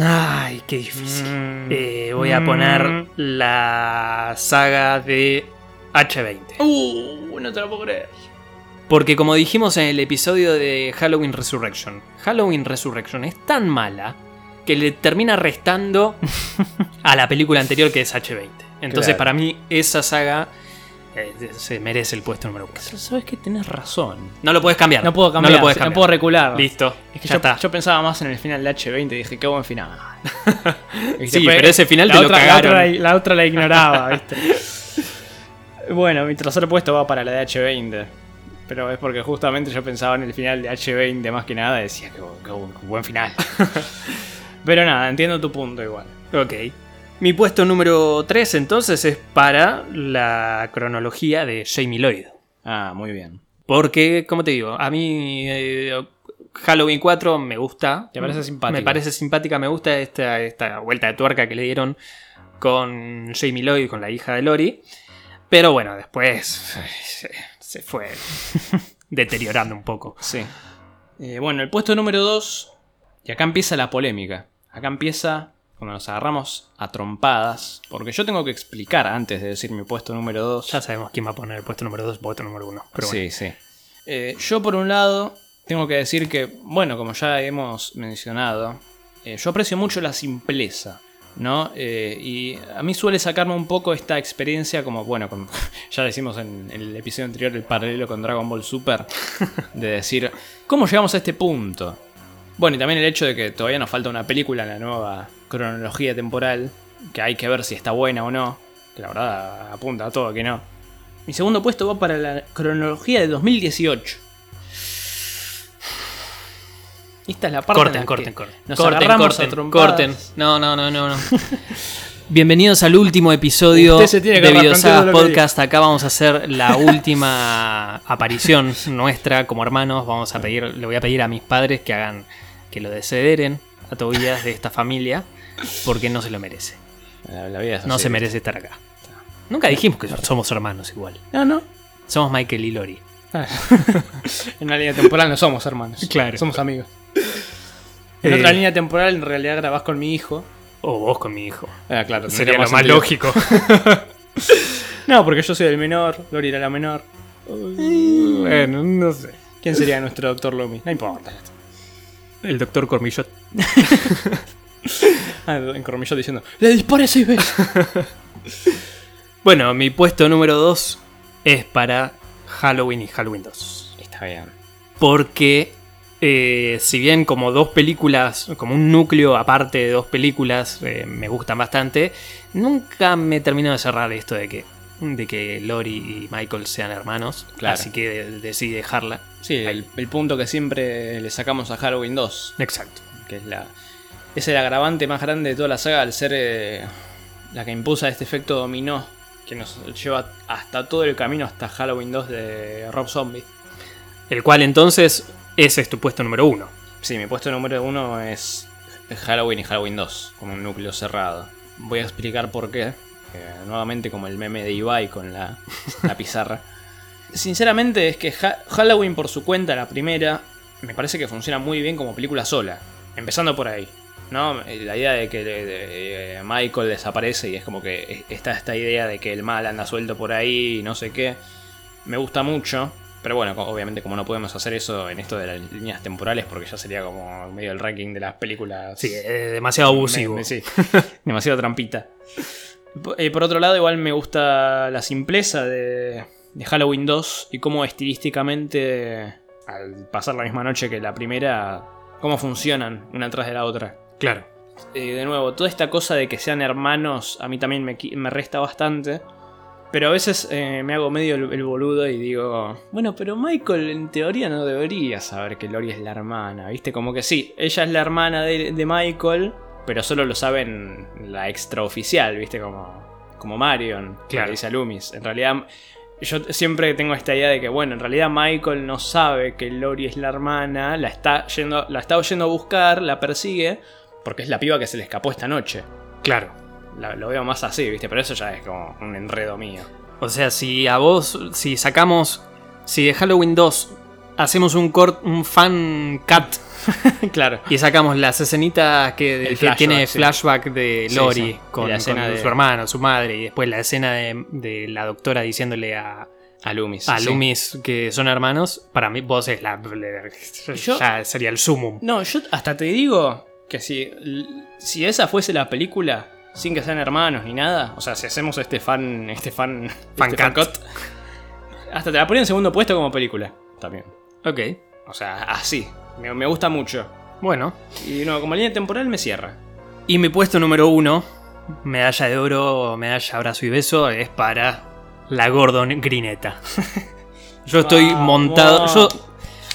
A: Ay, qué difícil.
B: Mm.
A: Eh, voy a poner la saga de H20.
B: Uh, no te lo puedo creer.
A: Porque como dijimos en el episodio de Halloween Resurrection, Halloween Resurrection es tan mala que le termina restando a la película anterior que es H20. Entonces
B: Claro.
A: para mí esa saga eh, se merece el puesto número 4.
B: Sabes que tenés razón.
A: No lo puedes cambiar.
B: No puedo cambiar,
A: No lo puedes
B: sí, no
A: cambiar.
B: puedo recular.
A: Listo.
B: Es que
A: ya
B: yo,
A: está.
B: yo pensaba más en el final de H20 dije, qué buen final. Y
A: Sí,
B: después
A: pero ese final
B: la
A: te
B: otra-
A: lo
B: la
A: cagaron.
B: otra la- la otra la ignoraba, ¿viste? bueno, mi tercer puesto va para la de H20. Pero es porque justamente yo pensaba en el final de H20 más que nada y decía, qué, bu- qué bu- qué buen final. pero nada, entiendo tu punto igual.
A: Ok. Mi puesto número 3 entonces es para la cronología de Jamie Lloyd.
B: Ah, muy bien.
A: Porque, como te digo, a mí eh, Halloween 4 me gusta. Mm,
B: Te parece simpática.
A: Me parece simpática, me gusta esta, esta vuelta de tuerca que le dieron con Jamie Lloyd, con la hija de Lori. Pero bueno, después eh, se- se fue deteriorando un poco.
B: Sí. Eh, bueno, el puesto número 2. Y acá empieza la polémica. Acá empieza cuando nos agarramos a trompadas. Porque yo tengo que explicar antes de decir mi puesto número 2.
A: Ya sabemos quién va a poner el puesto número 2, puesto número 1. Pero bueno.
B: Sí, sí. Eh, yo por un lado tengo que decir que, bueno, como ya hemos mencionado, eh, yo aprecio mucho la simpleza, ¿no? Eh, y a mí suele sacarme un poco esta experiencia como, bueno, como ya decimos en, en el episodio anterior el paralelo con Dragon Ball Super, de decir, ¿cómo llegamos a este punto? Bueno, y también el hecho de que todavía nos falta una película en la nueva cronología temporal, que hay que ver si está buena o no, que la verdad apunta a todo que no. Mi segundo puesto va para la cronología de 2018. Esta es la parte. en
A: Corten,
B: la
A: corten,
B: que
A: corten.
B: Nos
A: corten,
B: agarramos a
A: corten,
B: trompadas.
A: corten. No, no, no, no. no. Bienvenidos al último episodio
B: Usted se tiene que
A: de
B: arrepentir
A: Videosagas
B: de lo que
A: Podcast. Acá vamos a hacer la última aparición nuestra como hermanos. Vamos a pedir, le voy a pedir a mis padres que hagan, que lo desherederen a Tobías de esta familia, porque no se lo merece.
B: La, la vida es
A: No
B: así.
A: se merece estar acá. Nunca dijimos que somos hermanos igual.
B: No, no.
A: Somos Michael y Lori.
B: en la línea temporal no somos hermanos.
A: Claro.
B: Somos amigos. En
A: Eh.
B: otra línea temporal en realidad grabás con mi hijo.
A: O vos con mi hijo.
B: Ah, claro.
A: Sería lo
B: tendría
A: más
B: sentido.
A: lógico.
B: No, porque yo soy el menor, Lori era la menor.
A: bueno, no sé.
B: ¿Quién sería nuestro doctor Lomi? No importa.
A: El doctor Cormillot.
B: Ah, en Cormillot diciendo, le disparé seis veces.
A: Bueno, mi puesto número 2 es para Halloween y Halloween 2.
B: Está bien.
A: Porque eh, si bien como dos películas, como un núcleo aparte de dos películas, eh, me gustan bastante, nunca me termino de cerrar esto de que, de que Lori y Michael sean hermanos.
B: Claro.
A: Así que de- decidí dejarla.
B: Sí, el, el punto que siempre le sacamos a Halloween 2,
A: Exacto.
B: que es la es el agravante más grande de toda la saga al ser eh, la que impusa este efecto dominó que nos lleva hasta todo el camino hasta Halloween 2 de Rob Zombie.
A: El cual entonces ese es tu puesto número uno.
B: Sí, mi puesto número uno es Halloween y Halloween 2, como un núcleo cerrado. Voy a explicar por qué. eh, nuevamente como el meme de Ibai con la, la pizarra. Sinceramente es que Ha- Halloween por su cuenta, la primera, me parece que funciona muy bien como película sola. Empezando por ahí. ¿No? Eh, La idea de que de- de- eh, Michael desaparece y es como que es- está esta idea de que el mal anda suelto por ahí y no sé qué. Me gusta mucho. Pero bueno, co- obviamente como no podemos hacer eso en esto de las líneas temporales porque ya sería como medio el ranking de las películas.
A: Sí, eh, demasiado abusivo.
B: Me- me- sí. demasiado trampita. Por, eh, por otro lado, igual me gusta la simpleza de, de Halloween 2 y cómo estilísticamente, al pasar la misma noche que la primera, cómo funcionan una tras de la otra.
A: Claro.
B: Eh, de nuevo, toda esta cosa de que sean hermanos a mí también me, qui- me resta bastante. Pero a veces eh, me hago medio el, el boludo y digo, bueno, pero Michael en teoría no debería saber que Lori es la hermana, ¿viste? Como que sí, ella es la hermana de, de Michael, pero solo lo saben la extraoficial, ¿viste? Como, como Marion, que
A: Claro.
B: le dice a Loomis. En realidad, yo t- siempre tengo esta idea de que, bueno, en realidad Michael no sabe que Lori es la hermana, la está, yendo, la está oyendo a buscar, la persigue, porque es la piba que se le escapó esta noche.
A: Claro.
B: La- lo veo más así, ¿viste? Pero eso ya es como un enredo mío.
A: O sea, si a vos, si sacamos, si de Halloween 2 hacemos un, cort, un fan cut
B: claro.
A: y sacamos las escenitas que,
B: El
A: que
B: flashback,
A: tiene
B: sí.
A: flashback de
B: Sí,
A: Lori
B: sí.
A: con,
B: Y la escena
A: con
B: de-
A: su hermano, su madre, y después la escena de, de la doctora diciéndole a,
B: A Loomis.
A: a
B: sí.
A: Loomis que son hermanos, para mí vos es la... la-
B: Yo-
A: ya sería el sumum.
B: No, yo hasta te digo que si, si esa fuese la película, sin que sean hermanos ni nada, o sea, si hacemos este fan. Este fan.
A: Fan
B: este fan
A: cut.
B: cut, hasta te la ponía en segundo puesto como película. También.
A: Ok,
B: O sea, así. Me, me gusta mucho.
A: bueno.
B: Y no, como línea temporal me cierra.
A: Y mi puesto número uno, medalla de oro, medalla abrazo y beso, es para la Gordon Grineta. yo estoy
B: Vamos.
A: montado. Yo.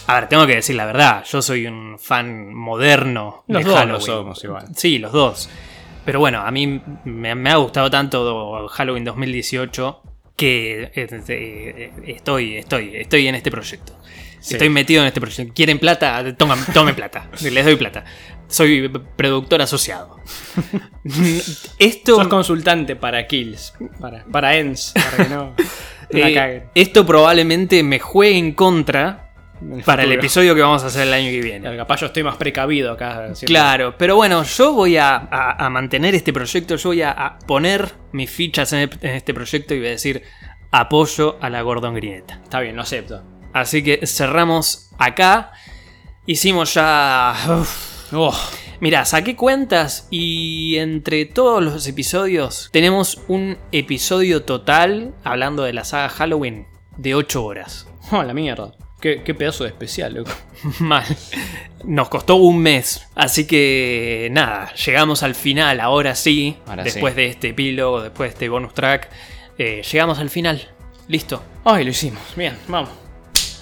A: A ver, tengo que decir la verdad. Yo soy un fan moderno
B: Los
A: de
B: dos
A: Halloween.
B: lo somos igual.
A: Sí, los dos. Pero bueno, a mí me, me ha gustado tanto Halloween 2018 que eh, eh, estoy, estoy, estoy en este proyecto.
B: Sí.
A: Estoy metido en este proyecto. ¿Quieren plata? Tomen, tomen plata. Les doy plata. Soy productor asociado. Esto,
B: Sos consultante para Kills. Para, para ENS. Para que no, no la
A: eh,
B: caguen.
A: esto probablemente me juegue en contra
B: En
A: para el
B: futuro.
A: episodio que vamos a hacer el año que viene.
B: Capaz yo estoy más precavido acá. siento-
A: Claro, pero bueno, yo voy a, a- a mantener este proyecto, yo voy a, a poner mis fichas en, en este proyecto y voy a decir apoyo a la Gordon Grineta.
B: Está bien, lo acepto.
A: Así que cerramos acá. Hicimos ya... uf,
B: Oh.
A: Mira, saqué cuentas y entre todos los episodios tenemos un episodio total hablando de la saga Halloween de 8 horas.
B: Oh, la mierda. Qué, qué pedazo de especial, loco.
A: Mal. Nos costó un mes. Así que nada, llegamos al final, ahora sí.
B: Ahora
A: después
B: sí.
A: de este epílogo, después de este bonus track. eh, llegamos al final. Listo.
B: Ay, lo hicimos. Bien, vamos.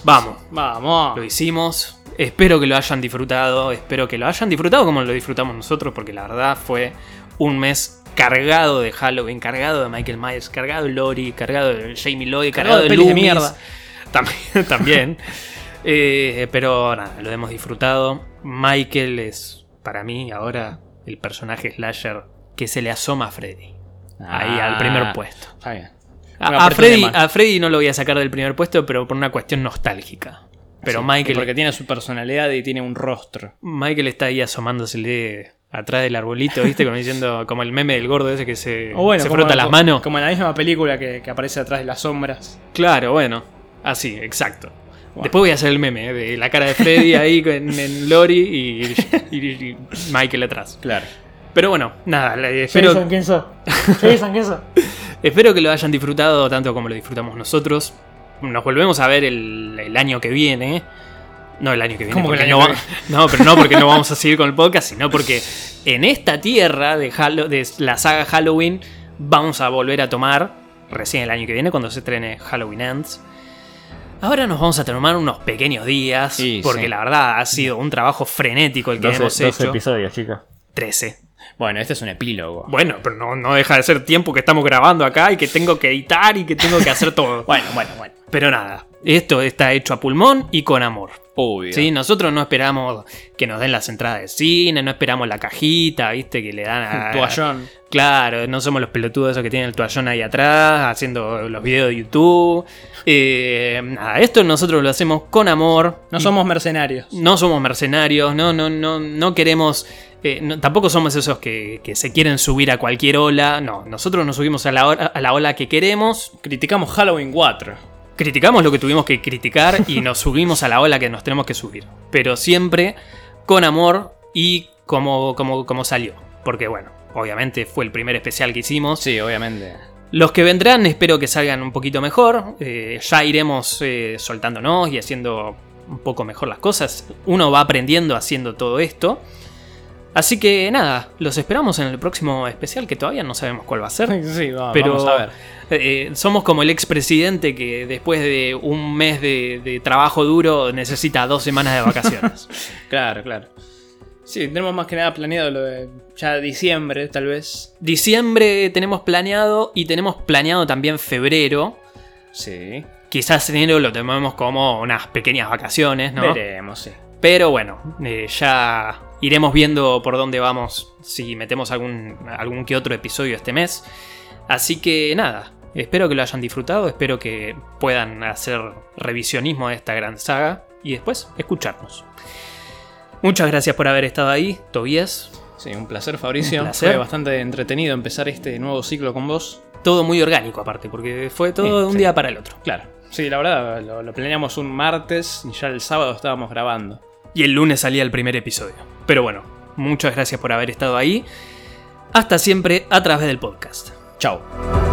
A: Vamos.
B: Vamos.
A: Lo hicimos. Espero que lo hayan disfrutado. Espero que lo hayan disfrutado como lo disfrutamos nosotros. Porque la verdad fue un mes cargado de Halloween, cargado de Michael Myers, cargado de Lori, cargado de Jamie Lloyd, cargado,
B: Cargado de
A: de,
B: pelis de
A: Loomis.
B: mierda.
A: También. también. Eh, pero nada, lo hemos disfrutado. Michael es para mí ahora el personaje slasher que se le asoma a Freddy. Ahí
B: Ah.
A: al primer puesto.
B: Está bien.
A: A,
B: Bueno,
A: a
B: aparte
A: Freddy,
B: de Ma-
A: a Freddy no lo voy a sacar del primer puesto, pero por una cuestión nostálgica. Pero
B: Sí,
A: Michael
B: Porque tiene su personalidad y tiene un rostro.
A: Michael está ahí asomándosele atrás del arbolito, ¿viste? Como diciendo, como el meme del gordo ese que se,
B: O bueno,
A: se
B: como-
A: frota las manos.
B: Como en la misma película que, que aparece atrás de las sombras.
A: Claro, bueno. Así, exacto.
B: Bueno.
A: Después voy a hacer el meme ¿eh? de la cara de Freddy ahí en, en Lori y, y- y Michael atrás.
B: Claro.
A: Pero bueno, nada, le- espero,
B: Kenzo.
A: espero que lo hayan disfrutado tanto como lo disfrutamos nosotros. Nos volvemos a ver el, el año que viene. No el año que viene.
B: ¿Cómo que
A: porque
B: el
A: no,
B: año
A: va- no, pero no porque no vamos a seguir con el podcast, sino porque en esta tierra de, Hallo- de la saga Halloween vamos a volver a tomar recién el año que viene cuando se estrene Halloween Ends. Ahora nos vamos a tomar unos pequeños días
B: Sí,
A: porque
B: sí.
A: la verdad ha sido un trabajo frenético el que hemos hecho.
B: episodios, chicos.
A: 13.
B: Bueno, este es un epílogo.
A: Bueno, pero no, no deja de ser tiempo que estamos grabando acá y que tengo que editar y que tengo que hacer todo.
B: Bueno, bueno, bueno.
A: Pero nada, esto está hecho a pulmón y con amor.
B: Obvio.
A: Sí, nosotros no esperamos que nos den las entradas de cine, no esperamos la cajita, viste, que le dan
B: Ah.
A: a.
B: Toallón.
A: Claro, no somos los pelotudos esos que tienen el toallón ahí atrás, haciendo los videos de YouTube. Eh, nada, esto nosotros lo hacemos con amor.
B: No somos mercenarios.
A: Pues, No somos mercenarios, no, no, no, no queremos. eh, no- tampoco somos esos que, que se quieren subir a cualquier ola. No, nosotros nos subimos a la, ola- a la ola que queremos.
B: Criticamos Halloween 4.
A: Criticamos lo que tuvimos que criticar y nos subimos a la ola que nos tenemos que subir. Pero siempre con amor y como, como, como salió. Porque bueno, obviamente fue el primer especial que hicimos.
B: Sí, obviamente.
A: Los que vendrán espero que salgan un poquito mejor. eh, ya iremos eh, soltándonos y haciendo un poco mejor las cosas. Uno va aprendiendo haciendo todo esto. Así que nada, los esperamos en el próximo especial que todavía no sabemos cuál va a ser.
B: Sí, va-
A: Pero-
B: vamos a ver.
A: Eh, somos como el expresidente que después de un mes de, de trabajo duro necesita dos semanas de vacaciones.
B: Claro, claro. Sí, tenemos más que nada planeado lo de ya diciembre, tal vez.
A: Diciembre tenemos planeado y tenemos planeado también febrero.
B: Sí.
A: Quizás enero lo tomemos como unas pequeñas vacaciones, ¿no?
B: Veremos, sí.
A: Pero bueno, eh, ya iremos viendo por dónde vamos si metemos algún, algún que otro episodio este mes. Así que nada, espero que lo hayan disfrutado, espero que puedan hacer revisionismo de esta gran saga y después escucharnos. Muchas gracias por haber estado ahí, Tobías.
B: Sí, un placer, Fabricio.
A: Un placer.
B: Fue bastante entretenido empezar este nuevo ciclo con vos.
A: Todo muy orgánico aparte, porque fue todo
B: Sí,
A: de un
B: sí.
A: día para el otro.
B: Claro. Sí, la verdad, lo, lo planeamos un martes y ya el sábado estábamos grabando.
A: Y el lunes salía el primer episodio. Pero bueno, muchas gracias por haber estado ahí. Hasta siempre a través del podcast.
B: Chao.